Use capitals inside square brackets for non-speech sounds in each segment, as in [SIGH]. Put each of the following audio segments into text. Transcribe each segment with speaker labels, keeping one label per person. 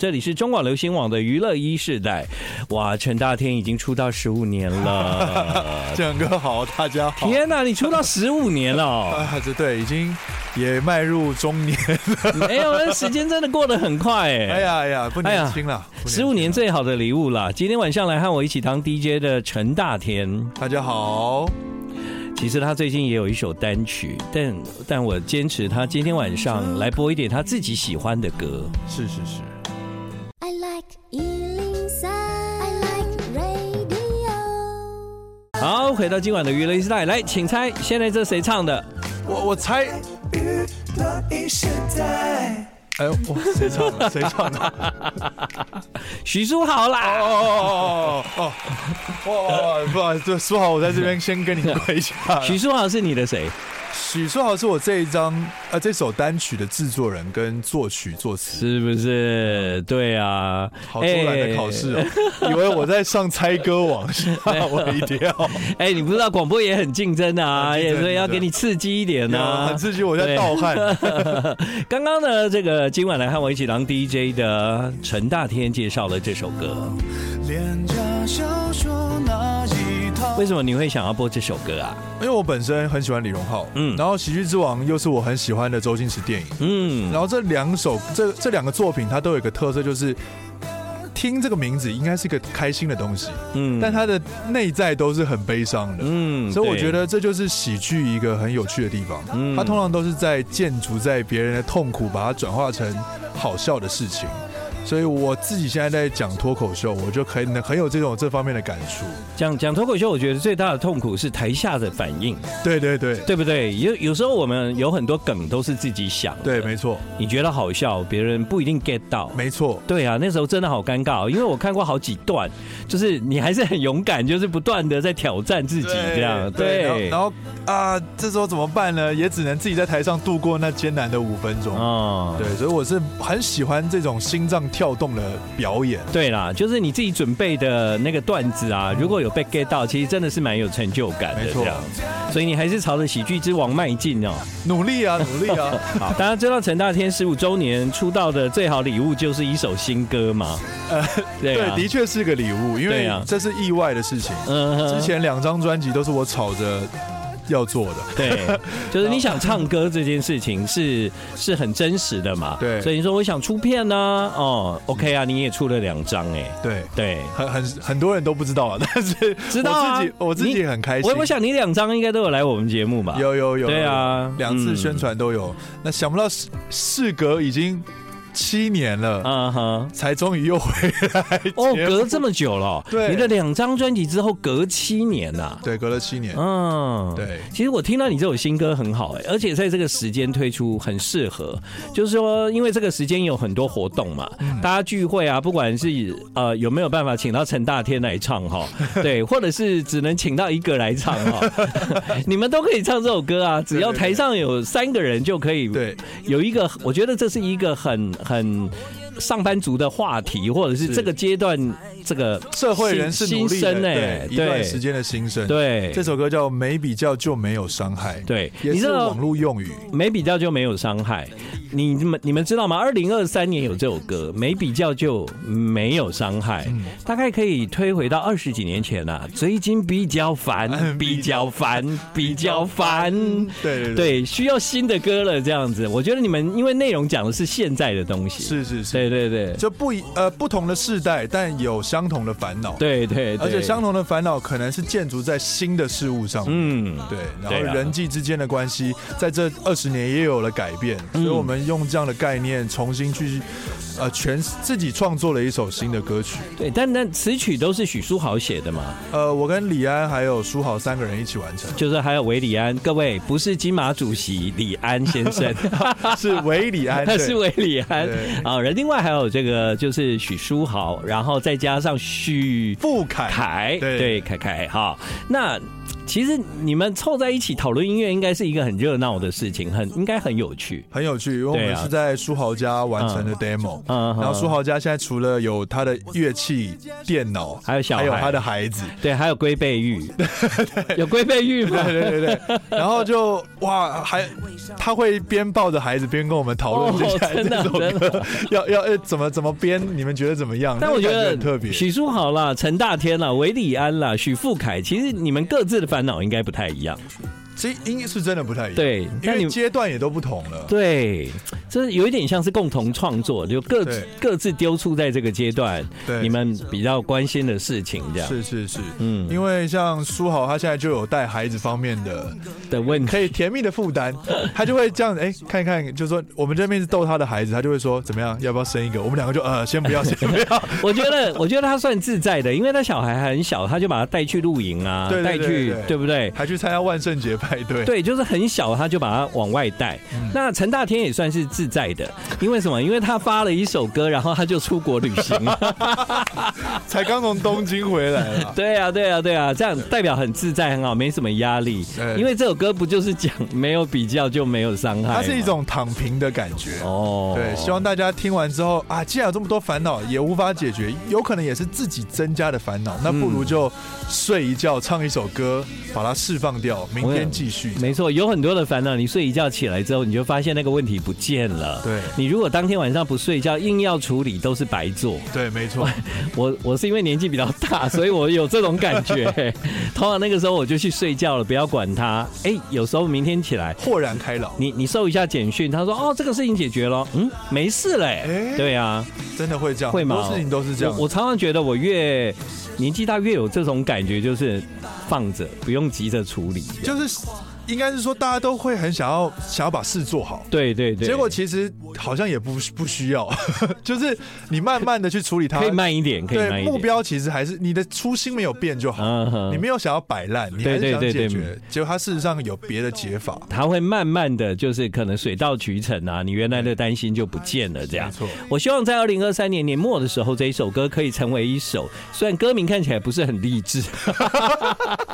Speaker 1: 这里是中广流行网的娱乐一世代。哇，陈大天已经出道十五年
Speaker 2: [LAUGHS]
Speaker 1: 了，
Speaker 2: 建哥好，大家好。
Speaker 1: 天哪，你出道十五年了
Speaker 2: [LAUGHS]
Speaker 1: 哦，
Speaker 2: 啊，这对已经也迈入中年，
Speaker 1: 没有，那哎时间真的过得很快哎。
Speaker 2: 哎呀哎呀，不
Speaker 1: 哎呀
Speaker 2: 年轻了，不
Speaker 1: 十五年
Speaker 2: 轻
Speaker 1: 最
Speaker 2: 了。
Speaker 1: 好的礼物啦！今天晚上来和我一起当 DJ 的陈大天，
Speaker 2: 大家好，
Speaker 1: 其实他最近也有一首单曲，但但我坚持他今天晚上来播一点他自己喜欢的歌。
Speaker 2: 是是是，
Speaker 3: I like Ealing Sound. I like radio.
Speaker 1: 好，回到今晚的娱乐时代，来，请猜现在这谁唱的？
Speaker 2: 我我猜，哎呦，哇，谁唱的？谁
Speaker 1: [LAUGHS]
Speaker 2: 唱的？
Speaker 1: 许书豪啦。
Speaker 2: 哦哦哦，哇，不好意思，说好我在这边先跟你
Speaker 1: [LAUGHS]
Speaker 2: 跪下。
Speaker 1: 许书豪是你的谁？
Speaker 2: 许书豪是我这一张呃这首单曲的制作人跟作曲作词，
Speaker 1: 是不是？对啊，
Speaker 2: 好出来的考试哦，以为我在上猜歌王，吓我一跳。
Speaker 1: [LAUGHS] 哎、哎你不知道广播也很竞争啊，
Speaker 2: 很竞
Speaker 1: 也
Speaker 2: 争
Speaker 1: 所以要
Speaker 2: 很
Speaker 1: 给
Speaker 2: 竞争
Speaker 1: 你刺激一点呢、
Speaker 2: 有 [LAUGHS] 很刺激，我在盗
Speaker 1: [LAUGHS]
Speaker 2: 汗。
Speaker 1: 刚刚呢，这个今晚来和我一起当 DJ 的陈大天介绍了这首歌，
Speaker 4: 脸颊小说那一套
Speaker 1: 为什么你会想要播这首歌啊？
Speaker 2: 因为我本身很喜欢李荣浩，
Speaker 1: 嗯
Speaker 2: 嗯，然后《喜剧之王》又是我很喜欢的周星驰电影，
Speaker 1: 嗯，
Speaker 2: 然后这两首这这两个作品，它都有一个特色，就是听这个名字应该是一个开心的东西，
Speaker 1: 嗯
Speaker 2: 但它的内在都是很悲伤的，
Speaker 1: 嗯
Speaker 2: 所以我
Speaker 1: 对
Speaker 2: 觉得这就是喜剧一个很有趣的地方，
Speaker 1: 嗯
Speaker 2: 它通常都是在建筑在别人的痛苦，把它转化成好笑的事情。所以我自己现在在讲脱口秀，我就很很有这种这方面的感触。
Speaker 1: 讲讲脱口秀，我觉得最大的痛苦是台下的反应，
Speaker 2: 对对对
Speaker 1: 对不对？有有时候我们有很多梗都是自己想的，
Speaker 2: 对，没错
Speaker 1: 你觉得好笑，别人不一定 get 到。
Speaker 2: 没错。
Speaker 1: 对啊，那时候真的好尴尬、哦，因为我看过好几段，就是你还是很勇敢，就是不断的在挑战自己这样。
Speaker 2: 然后
Speaker 1: 对，
Speaker 2: 然后啊，这时候怎么办呢？也只能自己在台上度过那艰难的五分钟。
Speaker 1: 哦
Speaker 2: 对，所以我是很喜欢这种心脏跳动的表演。
Speaker 1: 对啦，就是你自己准备的那个段子啊，如果有被 get 到，其实真的是蛮有成就感的
Speaker 2: 没
Speaker 1: 这
Speaker 2: 错
Speaker 1: 样。所以你还是朝着喜剧之王迈进
Speaker 2: [LAUGHS]
Speaker 1: 哦。
Speaker 2: 努力啊，努力啊！
Speaker 1: 好，大家知道陈大天十五周年出道的最好礼物就是一首新歌嘛？
Speaker 2: 呃，
Speaker 1: 对啊
Speaker 2: 的确是个礼物，因
Speaker 1: 对
Speaker 2: 为
Speaker 1: 啊
Speaker 2: 这是意外的事情。
Speaker 1: 嗯哼，
Speaker 2: 之前两张专辑都是我吵着要做的，
Speaker 1: 对，就是你想唱歌这件事情是是很真实的嘛？
Speaker 2: 对
Speaker 1: 所以你说我想出片呢、哦，OK 啊，你也出了两张哎，
Speaker 2: 对，
Speaker 1: 对。
Speaker 2: 很很很多人都不知道啊， [LAUGHS] 但是
Speaker 1: 知道啊
Speaker 2: 我自己我自己
Speaker 1: 你
Speaker 2: 很开心
Speaker 1: 我。我想你两张应该都有来我们节目吧？
Speaker 2: 哎有有有，
Speaker 1: 对啊嗯
Speaker 2: 有两次宣传都有。那想不到事事隔已经七年了，
Speaker 1: 嗯哼，
Speaker 2: 才终于又回来 [LAUGHS] 节目。
Speaker 1: 哦，隔这么久了哦，
Speaker 2: 对
Speaker 1: 你的两张专辑之后隔七年啊呐、
Speaker 2: 对，隔了七年。
Speaker 1: [LAUGHS] 嗯，
Speaker 2: 对
Speaker 1: 其实我听到你这首新歌很好哎、而且在这个时间推出很适合，就是说，因为这个时间有很多活动嘛，
Speaker 2: 嗯
Speaker 1: 大家聚会啊，不管是呃有没有办法请到陈大天来唱
Speaker 2: [LAUGHS]
Speaker 1: 哈，对，或者是只能请到一个来唱哈，
Speaker 2: [LAUGHS]
Speaker 1: 你们都可以唱这首歌啊，只要
Speaker 2: 对对
Speaker 1: 台上有三个人就可以，
Speaker 2: 对，
Speaker 1: 有一个，我觉得这是一个很很。上班族的话题，或者是
Speaker 2: 是
Speaker 1: 这个阶段这个
Speaker 2: 社会人是努
Speaker 1: 新
Speaker 2: 力
Speaker 1: 新
Speaker 2: 的，
Speaker 1: 生哎
Speaker 2: 对，，一段时间的心声。，
Speaker 1: 对，
Speaker 2: 这首歌叫《没比较就没有伤害》，
Speaker 1: 对
Speaker 2: 也
Speaker 1: 你知
Speaker 2: 是
Speaker 1: 道
Speaker 2: 网络用语。
Speaker 1: 没比较就没有伤害，你们你们知道吗？二零二三年有这首歌，没比较就没有伤害，
Speaker 2: 嗯
Speaker 1: 大概可以推回到二十几年前啊。最近比较
Speaker 2: 嗯
Speaker 1: 烦，比较烦，比较烦，
Speaker 2: 对对对
Speaker 1: 对，需要新的歌了，这样子。我觉得你们因为内容讲的是现在的东西，，
Speaker 2: 是是
Speaker 1: 对
Speaker 2: 是，
Speaker 1: 对对，
Speaker 2: 就不一呃不同的世代，但有相同的烦恼。，
Speaker 1: 对对，对
Speaker 2: 而且相同的烦恼可能是建筑在新的事物上面。
Speaker 1: 嗯，
Speaker 2: 对，然
Speaker 1: 对啊
Speaker 2: 后人际之间的关系在这二十年也有了改变，
Speaker 1: 嗯
Speaker 2: 所以我们用这样的概念重新去，呃，全自己创作了一首新的歌曲。
Speaker 1: 对，但但词曲都是许书豪写的嘛，，
Speaker 2: 呃，我跟李安还有书豪三个人一起完成
Speaker 1: [LAUGHS] 就是还有韦礼安，各位不是金马主席李安先生。
Speaker 2: [LAUGHS] 是韦礼安，
Speaker 1: 他
Speaker 2: 对
Speaker 1: [LAUGHS] 是韦礼安
Speaker 2: 对
Speaker 1: 啊，人另外还有这个就是许书豪，然后再加上许
Speaker 2: 傅凯，
Speaker 1: 凯，
Speaker 2: 对
Speaker 1: 对凯凯哈。那其实你们凑在一起讨论音乐，应该是一个很热闹的事情，很应该很有趣。
Speaker 2: 很有趣，因为我
Speaker 1: 对
Speaker 2: 们
Speaker 1: 啊
Speaker 2: 是在书豪家完成的 demo，、
Speaker 1: 嗯
Speaker 2: 然后书豪家现在除了有他的乐器、电脑，
Speaker 1: 还有小孩
Speaker 2: 还有他的孩
Speaker 1: [LAUGHS]
Speaker 2: 子，
Speaker 1: 对，还有龟背
Speaker 2: [LAUGHS]
Speaker 1: 玉，有龟背玉吗？
Speaker 2: 对对对对，然后就哇，还他会边抱着孩子边跟我们讨论
Speaker 1: 哦
Speaker 2: 接下来
Speaker 1: 真的
Speaker 2: [LAUGHS] 这首
Speaker 1: 真
Speaker 2: 歌
Speaker 1: 的
Speaker 2: 要 [LAUGHS] 要呃怎么怎么编，你们觉得怎么样？
Speaker 1: 但我
Speaker 2: 那
Speaker 1: 觉
Speaker 2: 个感
Speaker 1: 得
Speaker 2: 很特别，
Speaker 1: 许书豪啦、陈大天啦、韦礼安啦、许富凯，其实你们各自的烦恼应该不太一样。
Speaker 2: 其实音是真的不太一样，
Speaker 1: 对
Speaker 2: 因
Speaker 1: 但你
Speaker 2: 为阶段也都不同了。
Speaker 1: 对，这有一点像是共同创作，就各
Speaker 2: 对
Speaker 1: 各自丢出在这个阶段
Speaker 2: 对
Speaker 1: 你们比较关心的事情，这样
Speaker 2: 是是是，
Speaker 1: 嗯
Speaker 2: 嗯，因为像书豪他现在就有带孩子方面的
Speaker 1: 的问
Speaker 2: [LAUGHS]
Speaker 1: 题。
Speaker 2: 可以甜蜜的负担，他就会这样哎、看一看，就说我们这边是逗他的孩子，他就会说怎么样，要不要生一个？我们两个就呃，先不要，先不要。 [LAUGHS]
Speaker 1: 我觉得，我觉得他算自在的，因为他小孩还很小，他就把他带去露营啊，
Speaker 2: 对
Speaker 1: 带
Speaker 2: 对对
Speaker 1: 去
Speaker 2: 对对
Speaker 1: 对不对？
Speaker 2: 还去参加万圣节派对，
Speaker 1: 对，就是很小，他就把它往外带。
Speaker 2: 嗯
Speaker 1: 那陈大天也算是自在的，因为什么？因为他发了一首歌，然后他就出国旅
Speaker 2: [LAUGHS]
Speaker 1: 行。。
Speaker 2: 才刚从东京回来啦
Speaker 1: 对啊，对啊，对啊，这样代表很自在，很好，没什么压力。
Speaker 2: 对
Speaker 1: 因为这首歌不就是讲没有比较就没有伤害吗？
Speaker 2: 它是一种躺平的感觉。
Speaker 1: 哦，
Speaker 2: 对，希望大家听完之后啊，既然有这么多烦恼也无法解决，有可能也是自己增加的烦恼，那不如就睡一觉，唱一首歌，把它释放掉，明天继续。
Speaker 1: 没错，有很多的烦恼，你睡一觉起来之后，你就发现那个问题不见了。
Speaker 2: 对
Speaker 1: 你如果当天晚上不睡觉，硬要处理，都是白做。
Speaker 2: 对，没错，
Speaker 1: 我我是因为年纪比较大，所以我有这种感觉。
Speaker 2: [LAUGHS]
Speaker 1: 通常那个时候我就去睡觉了，不要管它。哎、有时候明天起来，
Speaker 2: 豁然开朗，
Speaker 1: 你你收一下简讯，他说哦，这个事情解决了，嗯，没事嘞、
Speaker 2: 哎
Speaker 1: 对啊，
Speaker 2: 真的会这样，
Speaker 1: 会吗？
Speaker 2: 很多事情都是这样
Speaker 1: 我。我常常觉得我越年纪大越有这种感觉，就是放着，不用急着处理。
Speaker 2: 就是应该是说大家都会很想要想要把事做好。
Speaker 1: 对对对，
Speaker 2: 结果其实好像也不不需要， [LAUGHS] 就是你慢慢的去处理它
Speaker 1: 可以，慢一点，可以慢
Speaker 2: 对
Speaker 1: 一点。
Speaker 2: 目标其实还是你的初心没有变就好，
Speaker 1: 嗯哼
Speaker 2: 你没有想要摆烂，你还
Speaker 1: 对
Speaker 2: 是
Speaker 1: 对
Speaker 2: 想
Speaker 1: 对
Speaker 2: 解
Speaker 1: 对
Speaker 2: 决，结果它事实上有别的解法，
Speaker 1: 他会慢慢的就是可能水到渠成啊，你原来的担心就不见了。这样
Speaker 2: 没错，
Speaker 1: 我希望在二零二三年年末的时候，这一首歌可以成为一首，虽然歌名看起来不是很励志， [LAUGHS]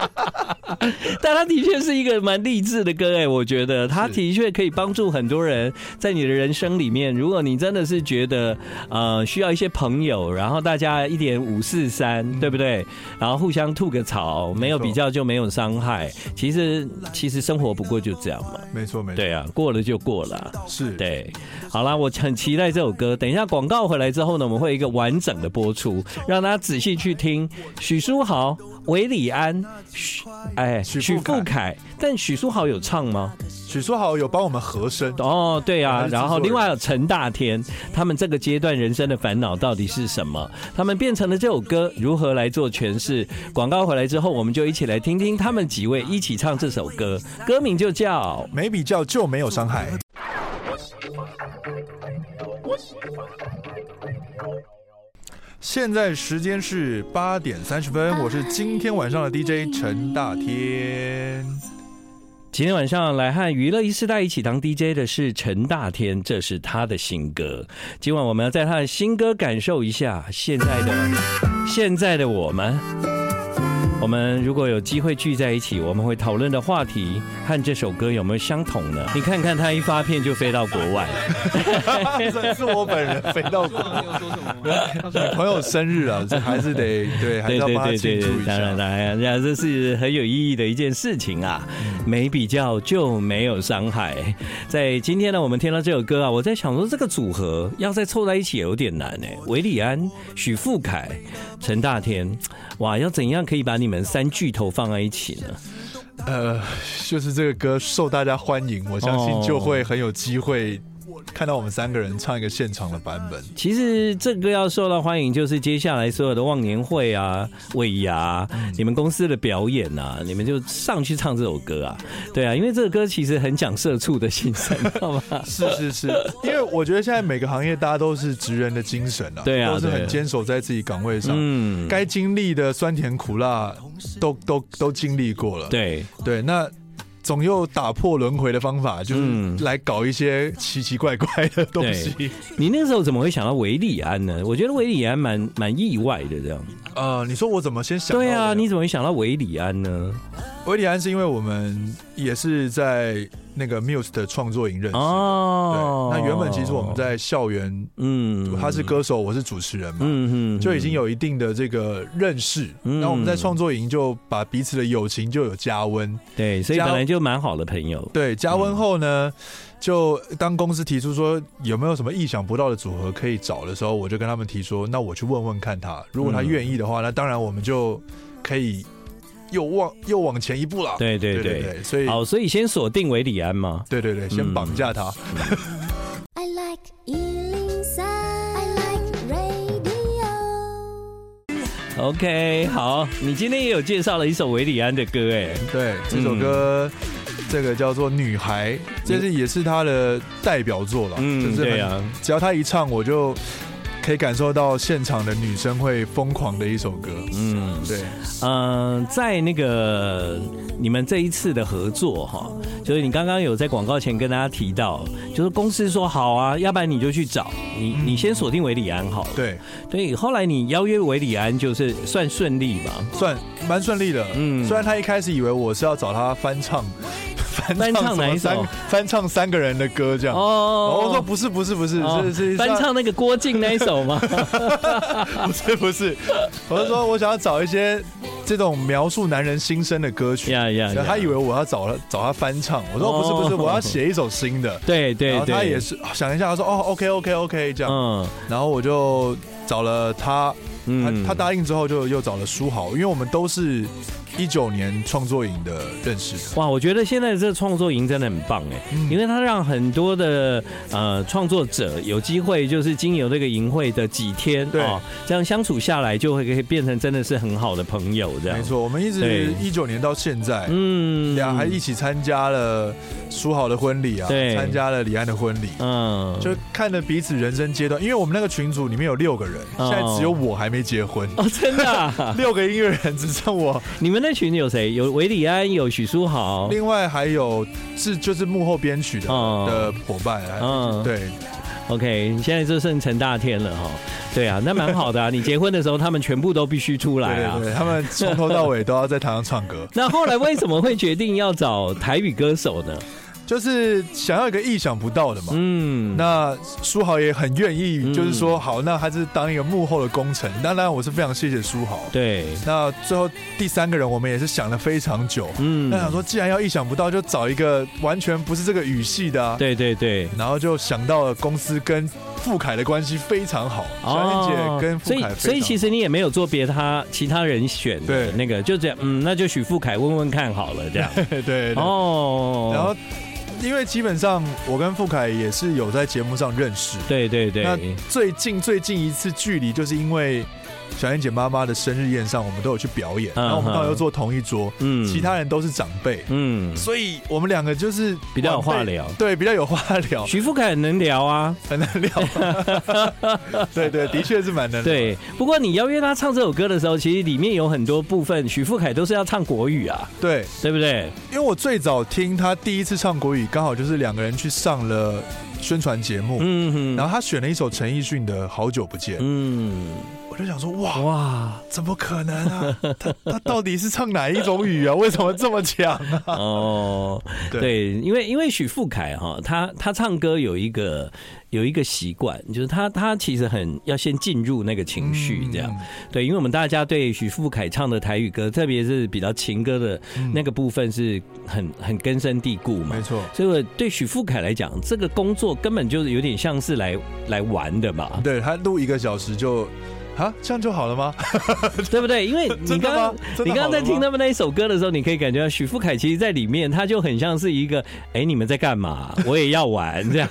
Speaker 1: 但它的确是一个蛮励志的歌哎、我觉得它的确可以帮助很多人在你的人生里面，如果你真的是觉得呃需要一些朋友，然后大家一点五四三，对不对？然后互相吐个槽，没有
Speaker 2: 没错
Speaker 1: 比较就没有伤害。其实其实生活不过就这样嘛。
Speaker 2: 没错没错，
Speaker 1: 对啊，过了就过了啊。
Speaker 2: 是，
Speaker 1: 对，好啦，我很期待这首歌。等一下广告回来之后呢，我们会有一个完整的播出，让大家仔细去听。许书豪、韦礼安、许哎
Speaker 2: 许
Speaker 1: 许
Speaker 2: 富凯
Speaker 1: 富凯，但许书豪有唱吗？
Speaker 2: 许书豪有帮我们和声，
Speaker 1: 哦，对
Speaker 2: 他
Speaker 1: 啊
Speaker 2: 是，制作人
Speaker 1: 然后另外还有陈大天，他们这个阶段人生的烦恼到底是什么？他们变成了这首歌如何来做诠释？广告回来之后，我们就一起来听听他们几位一起唱这首歌，歌名就叫
Speaker 2: 没比较就没有伤害。现在时间是八点三十
Speaker 1: 哎
Speaker 2: 分，我是今天晚上的 DJ 陈大天。 [LAUGHS]
Speaker 1: 今天晚上来和娱乐一世代一起当 DJ 的是陈大天，这是他的新歌。今晚我们要在他的新歌感受一下现在的现在的我们。我们如果有机会聚在一起，我们会讨论的话题和这首歌有没有相同呢？你看看他一发片就飞到国外，
Speaker 2: 是我本人飞到国外朋友生日
Speaker 1: [LAUGHS]
Speaker 2: 啊，这还是得对，还
Speaker 1: 对
Speaker 2: 是要
Speaker 1: 对
Speaker 2: 帮他
Speaker 1: 对对
Speaker 2: 庆祝
Speaker 1: 对，
Speaker 2: 一
Speaker 1: 当然
Speaker 2: 下。
Speaker 1: 当然，那这是很有意义的一件事情啊。
Speaker 2: 嗯
Speaker 1: 没比较就没有伤害。在今天呢，我们听到这首歌啊，我在想说这个组合要再凑在一起有点难哎、韦礼安、许富凯、陈大天，哇，要怎样可以把你们三巨头放在一起呢？
Speaker 2: 呃，就是这个歌受大家欢迎，我相信
Speaker 1: 哦
Speaker 2: 就会很有机会看到我们三个人唱一个现场的版本。
Speaker 1: 其实这个要受到欢迎，就是接下来所有的忘年会啊、尾牙啊、
Speaker 2: 嗯
Speaker 1: 你们公司的表演啊，你们就上去唱这首歌啊，对啊，因为这个歌其实很讲社畜的心声， [LAUGHS] 好吗？
Speaker 2: 是是是， [LAUGHS] 因为我觉得现在每个行业大家都是职人的精神啊，
Speaker 1: 对啊
Speaker 2: 都是
Speaker 1: 对
Speaker 2: 很坚守在自己岗位上，
Speaker 1: 嗯，
Speaker 2: 该经历的酸甜苦辣都都都经历过了，
Speaker 1: 对，
Speaker 2: 对，那总有打破轮回的方法，就是
Speaker 1: 嗯
Speaker 2: 来搞一些奇奇怪怪的东西
Speaker 1: 对。你那个时候怎么会想到维利安呢？我觉得维里安蛮蛮意外的，这样。
Speaker 2: [LAUGHS] 呃，你说我怎么先想到的？
Speaker 1: 对啊，你怎么会想到维里安呢？
Speaker 2: 维里安是因为我们也是在那个 Muse 的创作营认识。
Speaker 1: 哦，
Speaker 2: 对，那原本其实我们在校园，
Speaker 1: 嗯
Speaker 2: 他是歌手，我是主持人嘛，
Speaker 1: 嗯嗯
Speaker 2: 就已经有一定的这个认识。
Speaker 1: 嗯
Speaker 2: 那我们在创作营就把彼此的友情就有加温。
Speaker 1: 对，所以
Speaker 2: 加
Speaker 1: 本来就蛮好的朋友。
Speaker 2: 对，加温后呢，
Speaker 1: 嗯
Speaker 2: 就当公司提出说有没有什么意想不到的组合可以找的时候，我就跟他们提说，那我去问问看他，如果他
Speaker 1: 嗯
Speaker 2: 愿意的话，那当然我们就可以又往又往前一步了。
Speaker 1: 对对
Speaker 2: 对
Speaker 1: 对
Speaker 2: 对，所以
Speaker 1: 好，所以先锁定维里安嘛。
Speaker 2: 对对对，先
Speaker 1: 嗯
Speaker 2: 绑架他。
Speaker 3: I like Ealing Sound. I like radio.
Speaker 1: OK，好，你今天也有介绍了一首维里安的歌，哎，
Speaker 2: 对，这首歌、
Speaker 1: 嗯
Speaker 2: 这个叫做《女孩》，这是也是他的代表作了。
Speaker 1: 嗯，
Speaker 2: 就是
Speaker 1: 对
Speaker 2: 很、
Speaker 1: 啊，
Speaker 2: 只要他一唱，我就可以感受到现场的女生会疯狂的一首歌。
Speaker 1: 嗯
Speaker 2: 对，
Speaker 1: 嗯、在那个你们这一次的合作哈，就是你刚刚有在广告前跟大家提到，就是公司说好啊，要不然你就去找你，你先锁定维里安好了。
Speaker 2: 嗯对，
Speaker 1: 对，后来你邀约维里安，就是算顺利吧？
Speaker 2: 算蛮顺利的。嗯，
Speaker 1: 嗯
Speaker 2: 虽然他一开始以为我是要找他翻唱， [LAUGHS] 翻
Speaker 1: 翻唱
Speaker 2: 什么
Speaker 1: 哪一
Speaker 2: 三
Speaker 1: 首？
Speaker 2: 翻唱三个人的歌这样。哦
Speaker 1: 哦
Speaker 2: 我说不是不是不是，
Speaker 1: 哦
Speaker 2: 是是
Speaker 1: 翻唱那个郭靖那一首吗？
Speaker 2: [LAUGHS] 不是不是，我是说我想要找一些这种描述男人心声的歌曲。
Speaker 1: 呀哎呀
Speaker 2: 所
Speaker 1: 呀！
Speaker 2: 以他以为我要找他找他翻唱，我说
Speaker 1: 哦
Speaker 2: 不是不是，我要写一首新的。
Speaker 1: 对
Speaker 2: 然
Speaker 1: 对
Speaker 2: 后
Speaker 1: 对，
Speaker 2: 哦他也是想一下，他说哦，OK OK OK 这样，
Speaker 1: 嗯
Speaker 2: 然后我就找了他，他
Speaker 1: 嗯
Speaker 2: 他答应之后就又找了书豪，因为我们都是一九年创作营的认识的，
Speaker 1: 哇，我觉得现在这个创作营真的很棒哎，
Speaker 2: 嗯
Speaker 1: 因为它让很多的呃创作者有机会，就是经由这个营会的几天
Speaker 2: 对
Speaker 1: 哦，这样相处下来，就会可以变成真的是很好的朋友这样
Speaker 2: 没。错，我们一直
Speaker 1: 啊对
Speaker 2: 一九年到现在，
Speaker 1: 嗯
Speaker 2: 俩还一起参加了书豪的婚礼啊，
Speaker 1: 对
Speaker 2: 参加了李安的婚礼。
Speaker 1: 嗯
Speaker 2: 就看了彼此人生阶段，因为我们那个群组里面有六个人，现
Speaker 1: 哦
Speaker 2: 在只有我还没结婚，，
Speaker 1: 哦，真的啊
Speaker 2: [LAUGHS] 六个音乐人只剩我，
Speaker 1: 你们那群有谁？有韦礼安，有许书豪，
Speaker 2: 另外还有是就是幕后编曲的、
Speaker 1: 哦
Speaker 2: 的伙伴，啊
Speaker 1: 嗯
Speaker 2: 对，
Speaker 1: OK，现在就剩陈大天了哈。对啊，那蛮好
Speaker 2: [LAUGHS]
Speaker 1: 的啊。你结婚的时候，他们全部都必须出来
Speaker 2: 对
Speaker 1: 啊，
Speaker 2: 对。对，他们从头到尾都要在台上唱歌
Speaker 1: [LAUGHS] 那后来为什么会决定要找台语歌手呢？
Speaker 2: 就是想要一个意想不到的嘛。
Speaker 1: 嗯，
Speaker 2: 那书豪也很愿意，
Speaker 1: 嗯
Speaker 2: 就是说好，那他是当一个幕后的功臣。当然，我是非常谢谢书豪。
Speaker 1: 对，
Speaker 2: 那最后第三个人，我们也是想了非常久。
Speaker 1: 嗯
Speaker 2: 那，想说，既然要意想不到，就找一个完全不是这个语系的啊。
Speaker 1: 对对对。
Speaker 2: 然后就想到了公司跟傅凯的关系非常好，小燕姐跟傅
Speaker 1: 哦所以
Speaker 2: 凯非常好，
Speaker 1: 所以其实你也没有做别他其他人选的
Speaker 2: 对
Speaker 1: 那个，就这样，嗯，那就许富凯问问看好了，这样
Speaker 2: 对 [LAUGHS] 对对
Speaker 1: 哦。
Speaker 2: 然后，因为基本上我跟傅凯也是有在节目上认识。
Speaker 1: 对对对，
Speaker 2: 那最近最近一次距离，就是因为小燕姐妈妈的生日宴上，我们都有去表演，
Speaker 1: 嗯
Speaker 2: 然后我
Speaker 1: 嗯
Speaker 2: 们刚好又坐同一桌，
Speaker 1: 嗯
Speaker 2: 其他人都是长辈，
Speaker 1: 嗯，
Speaker 2: 所以我们两个就是
Speaker 1: 比较有话
Speaker 2: 晚辈
Speaker 1: 聊
Speaker 2: 对，比较有话聊，
Speaker 1: [LAUGHS] 许富凯很能聊啊，
Speaker 2: 很难
Speaker 1: [LAUGHS]
Speaker 2: 聊。对对，的确是蛮难聊。
Speaker 1: 对，不过你邀约他唱这首歌的时候，其实里面有很多部分，许富凯都是要唱国语啊，
Speaker 2: 对，
Speaker 1: 对不对？
Speaker 2: 因为我最早听他第一次唱国语，刚好就是两个人去上了宣传节目，
Speaker 1: 嗯哼，
Speaker 2: 然后他选了一首陈奕迅的《好久不见》，
Speaker 1: 嗯，
Speaker 2: 我就想说哇，
Speaker 1: 哇，
Speaker 2: 怎么可能啊？他他到底是唱哪一种语啊？为什么这么强啊？
Speaker 1: 哦，
Speaker 2: [LAUGHS] 对
Speaker 1: 对，因为因为许富凯哈，他他唱歌有一个有一个习惯，就是他他其实很要先进入那个情
Speaker 2: 嗯
Speaker 1: 绪，这样、对，因为我们大家对许富凯唱的台语歌，特别是比较情歌的那个部分，是很很根深蒂固嘛
Speaker 2: 嗯没。错，
Speaker 1: 所以我对许富凯来讲，这个工作根本就是有点像是来来玩的
Speaker 2: [LAUGHS]
Speaker 1: 嘛，
Speaker 2: 对他录一个小时就啊，这样就好 [LAUGHS] 了吗？
Speaker 1: 对不对？因
Speaker 2: [LAUGHS]
Speaker 1: 为你
Speaker 2: 真的
Speaker 1: 刚
Speaker 2: 吗
Speaker 1: 刚
Speaker 2: 真
Speaker 1: 你
Speaker 2: 的
Speaker 1: 刚
Speaker 2: 好
Speaker 1: 刚在
Speaker 2: 了
Speaker 1: 听
Speaker 2: 吗
Speaker 1: 他们那一首歌的时候，你可以感觉到许富凯其实在里面，他就很像是一个，哎，你们在干嘛？我也要玩这样。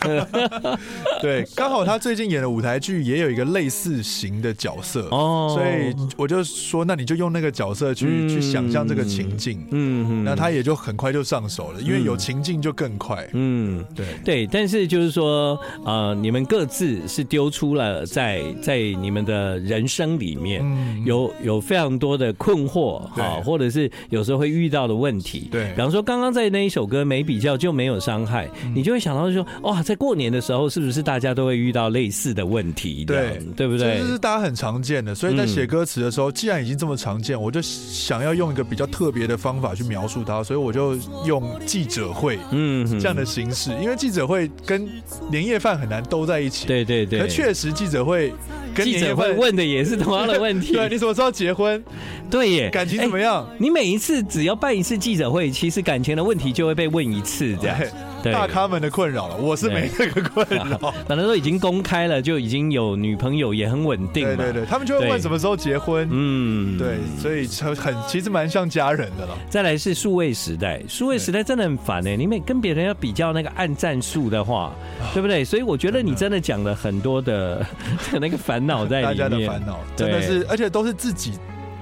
Speaker 2: 对，刚好他最近演的舞台剧也有一个类似型的角色，
Speaker 1: 哦
Speaker 2: 所以我就说，那你就用那个角色去、去想象这个情境，
Speaker 1: 嗯
Speaker 2: 那他也就很快就上手了，因为有情境就更快。
Speaker 1: 嗯。
Speaker 2: 对，
Speaker 1: 对，但是就是说，呃，你们各自是丢出了在在你们的人人生里面
Speaker 2: 嗯
Speaker 1: 有有非常多的困惑哈，
Speaker 2: 对
Speaker 1: 或者是有时候会遇到的问题。
Speaker 2: 对
Speaker 1: 比方说刚刚在那一首歌《没比较就没有伤害》，
Speaker 2: 嗯
Speaker 1: 你就会想到说，哇，在过年的时候是不是大家都会遇到类似的问题？
Speaker 2: 对
Speaker 1: 这样对不对
Speaker 2: 这？是大家很常见的，所以在写歌词的时候，既然已经这么常见，我就想要用一个比较特别的方法去描述它，所以我就用记者会
Speaker 1: 嗯，
Speaker 2: 这样的形式，因为记者会跟年夜饭很难兜在一起。，
Speaker 1: 对对对
Speaker 2: 可，确实记者会跟
Speaker 1: 记
Speaker 2: 年夜
Speaker 1: 者会
Speaker 2: 饭
Speaker 1: 问的也是同样的问题。
Speaker 2: [LAUGHS] 对，啊你什么时候结婚？
Speaker 1: 对耶，
Speaker 2: 感情怎么
Speaker 1: 哎
Speaker 2: 样？
Speaker 1: 你每一次只要办一次记者会，其实感情的问题就会被问一次，这样
Speaker 2: 对。
Speaker 1: 对
Speaker 2: 大咖们的困扰了，我是没这个困扰。
Speaker 1: 反正都已经公开了，就已经有女朋友，也很稳定
Speaker 2: 对
Speaker 1: 嘛。
Speaker 2: 对对，他们就会问
Speaker 1: 对
Speaker 2: 什么时候结婚。
Speaker 1: 嗯，
Speaker 2: 对，所以很其实蛮像家人的了。
Speaker 1: 再来是数位时代，数位时代真的很烦哎、你每跟别人要比较那个按赞数的话，
Speaker 2: 啊
Speaker 1: 对不对？所以我觉得你真的讲了很多的 [LAUGHS] 那个烦 [LAUGHS] 恼在
Speaker 2: 大家
Speaker 1: 里
Speaker 2: 的
Speaker 1: 面。
Speaker 2: 烦恼
Speaker 1: 对
Speaker 2: 真的是，而且都是自己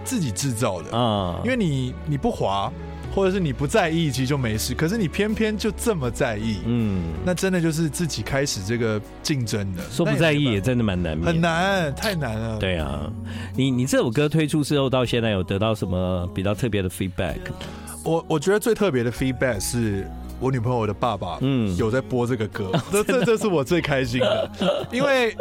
Speaker 2: 自己制造的，
Speaker 1: 啊
Speaker 2: 因为你你不滑，或者是你不在意，其实就没事。可是你偏偏就这么在意，
Speaker 1: 嗯，
Speaker 2: 那真的就是自己开始这个竞争的。
Speaker 1: 说不在意也真的蛮难免
Speaker 2: 那也没办法很。难，太难了。
Speaker 1: 对啊，你你这首歌推出之后到现在有得到什么比较特别的 feedback？
Speaker 2: 我我觉得最特别的 feedback 是我女朋友的爸爸，
Speaker 1: 嗯哦
Speaker 2: 嗯，有在播这个歌，这这这是我最开心的，因为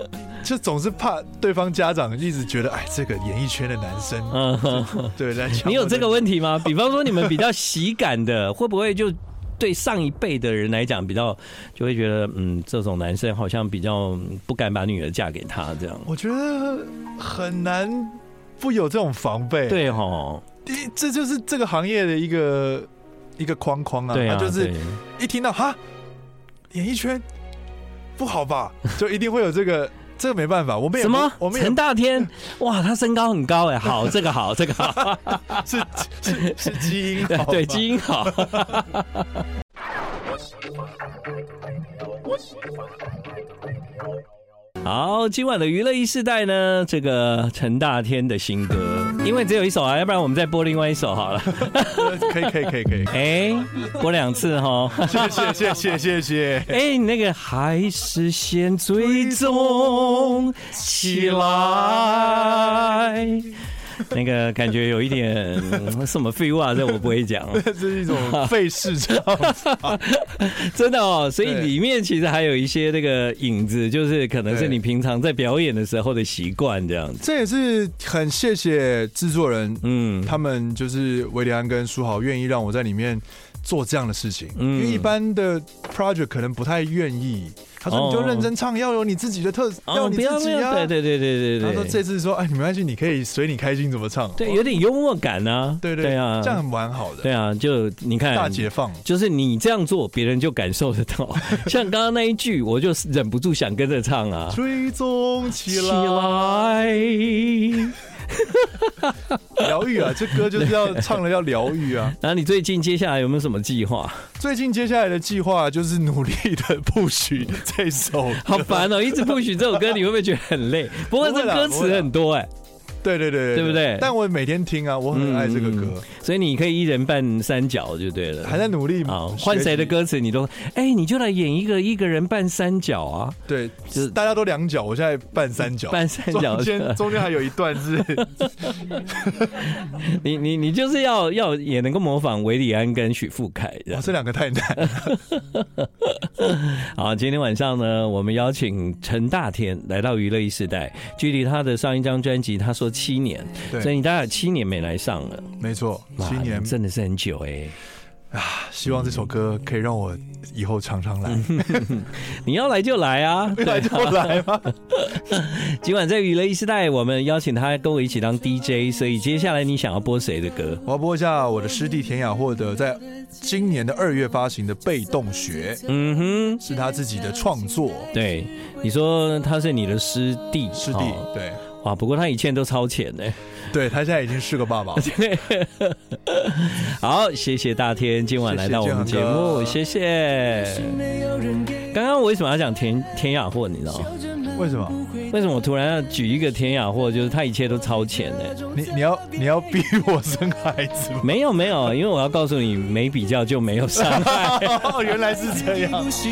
Speaker 2: 就总是怕对方家长一直觉得，哎，这个演艺圈的男生，
Speaker 1: 嗯，
Speaker 2: [LAUGHS] 对，来抢
Speaker 1: 你有
Speaker 2: 我
Speaker 1: 这
Speaker 2: 的
Speaker 1: 个问题吗？比方说你们比较喜感的， [LAUGHS] 会不会就对上一辈的人来讲比较，就会觉得嗯，这种男生好像比较嗯不敢把女儿嫁给他这样。
Speaker 2: 我觉得很难不有这种防备。，
Speaker 1: 对哈，
Speaker 2: 这就是这个行业的一个一个框框啊，
Speaker 1: 对啊，
Speaker 2: 它就是
Speaker 1: 对
Speaker 2: 一听到哈，演艺圈不
Speaker 1: [LAUGHS]
Speaker 2: 好吧，就一定会有这个，这个没办法，我们也
Speaker 1: 什
Speaker 2: 不
Speaker 1: 么
Speaker 2: 我们也
Speaker 1: 陈大天，哇，他身高很高哎，好，这个好，这个好，
Speaker 2: 是是是基因好吧，
Speaker 1: [LAUGHS] 对，基因好，好，今晚的娱乐一世代呢，这个陈大天的新歌，因为只有一首啊，要不然我们再播另外一首好了。 [LAUGHS]
Speaker 2: 可以可以可以可以，
Speaker 1: 哎、播两次哈。
Speaker 2: 谢谢谢谢谢谢。 [LAUGHS]
Speaker 1: 哎、你那个还是先追踪起来。那个感觉有一点嗯什么废话，这我不会讲，
Speaker 2: 这是一种
Speaker 1: [LAUGHS]
Speaker 2: 费事这样子，
Speaker 1: 真的哦。所以
Speaker 2: 对
Speaker 1: 里面其实还有一些那个影子，就是可能是
Speaker 2: 对
Speaker 1: 你平常在表演的时候的习惯这样子。
Speaker 2: 这也是很谢谢制作人
Speaker 1: 嗯，
Speaker 2: 他们就是维里安跟舒豪愿意让我在里面做这样的事情，
Speaker 1: 嗯
Speaker 2: 因为一般的 project 可能不太愿意。他说
Speaker 1: 哦
Speaker 2: 你就认真唱，要有你自己的特，要有你
Speaker 1: 不要
Speaker 2: 自
Speaker 1: 哦不
Speaker 2: 己
Speaker 1: 要，
Speaker 2: 啊。
Speaker 1: 对对对对
Speaker 2: 他
Speaker 1: 对
Speaker 2: 说
Speaker 1: 对，
Speaker 2: 这次说，哎，你没关系，你可以随你开心怎么唱。
Speaker 1: 对有点幽默感啊，
Speaker 2: 对
Speaker 1: 对啊，
Speaker 2: 这样很蛮好的，
Speaker 1: 对啊，就你看
Speaker 2: 大解放。
Speaker 1: 就是你这样做，别人就感受得
Speaker 2: [LAUGHS]
Speaker 1: 到。像刚刚那一句，我就忍不住想跟着唱啊，
Speaker 2: 追踪起
Speaker 1: 起
Speaker 2: 来，
Speaker 1: 来，
Speaker 2: 疗愈啊！这歌就是要唱了要疗愈啊！
Speaker 1: 然后你最近接下来有没有什么计划？
Speaker 2: 最近接下来的计划就是努力的不许这首歌。
Speaker 1: 好烦哦，一直不许这首歌，你会不会觉得很累？不过
Speaker 2: 不
Speaker 1: 这
Speaker 2: 会啦
Speaker 1: 歌
Speaker 2: 不会
Speaker 1: 词
Speaker 2: 啦
Speaker 1: 很多哎，
Speaker 2: 对对对
Speaker 1: 对不对
Speaker 2: 但我每天听啊，我很爱这个歌，
Speaker 1: 所以你可以一人扮三角就对了。
Speaker 2: 还在努力。
Speaker 1: 好，换谁的？歌词你都哎，你就来演一个一个人扮三角啊，
Speaker 2: 对，
Speaker 1: 就是
Speaker 2: 大家都两脚，我现在半三角，
Speaker 1: 扮三角
Speaker 2: 啊中间中间还有一段
Speaker 1: [LAUGHS]
Speaker 2: 是，
Speaker 1: 你你你就是要要也能够模仿韦礼安跟许富凯这
Speaker 2: 哇， [LAUGHS]
Speaker 1: 样。
Speaker 2: 这两个太难。
Speaker 1: 好，今天晚上呢，我们邀请陈大天来到娱乐一时代，距离他的上一张专辑，他说七年，
Speaker 2: 对
Speaker 1: 所以你大概有七年没来上了，
Speaker 2: 没错，
Speaker 1: 哇
Speaker 2: 七年
Speaker 1: 你，真的是很久哎、
Speaker 2: 希望这首歌可以让我以后常常来， [LAUGHS]
Speaker 1: 你要来就来嗯啊！
Speaker 2: 来就来吧。
Speaker 1: 今晚在娱乐一时代，我们邀请他跟我一起当 DJ，所以接下来你想要播谁的歌？
Speaker 2: 我要播一下我的师弟田雅获得在今年的二月发行的《被动学》，
Speaker 1: 嗯哼，
Speaker 2: 是他自己的创作。
Speaker 1: 对，你说他是你的师弟，
Speaker 2: 师弟，
Speaker 1: 哦
Speaker 2: 对
Speaker 1: 哇，不过他以前都超前 [LAUGHS] 呢、
Speaker 2: 对，他现在已经是个
Speaker 1: [LAUGHS]
Speaker 2: 爸爸了。
Speaker 1: 好，谢谢大天今晚来到我们节目，
Speaker 2: 谢
Speaker 1: 谢谢。刚刚我为什么要讲田田雅霍？你知道吗？
Speaker 2: 为什么？
Speaker 1: 为什么我突然要举一个田雅霍？就是他一切都超前呢、
Speaker 2: 你你要你要逼我生孩
Speaker 1: [LAUGHS]
Speaker 2: 子吗？
Speaker 1: 没有没有，因为我要告诉你，没比较就没有伤害。
Speaker 2: 哦，原来是这样。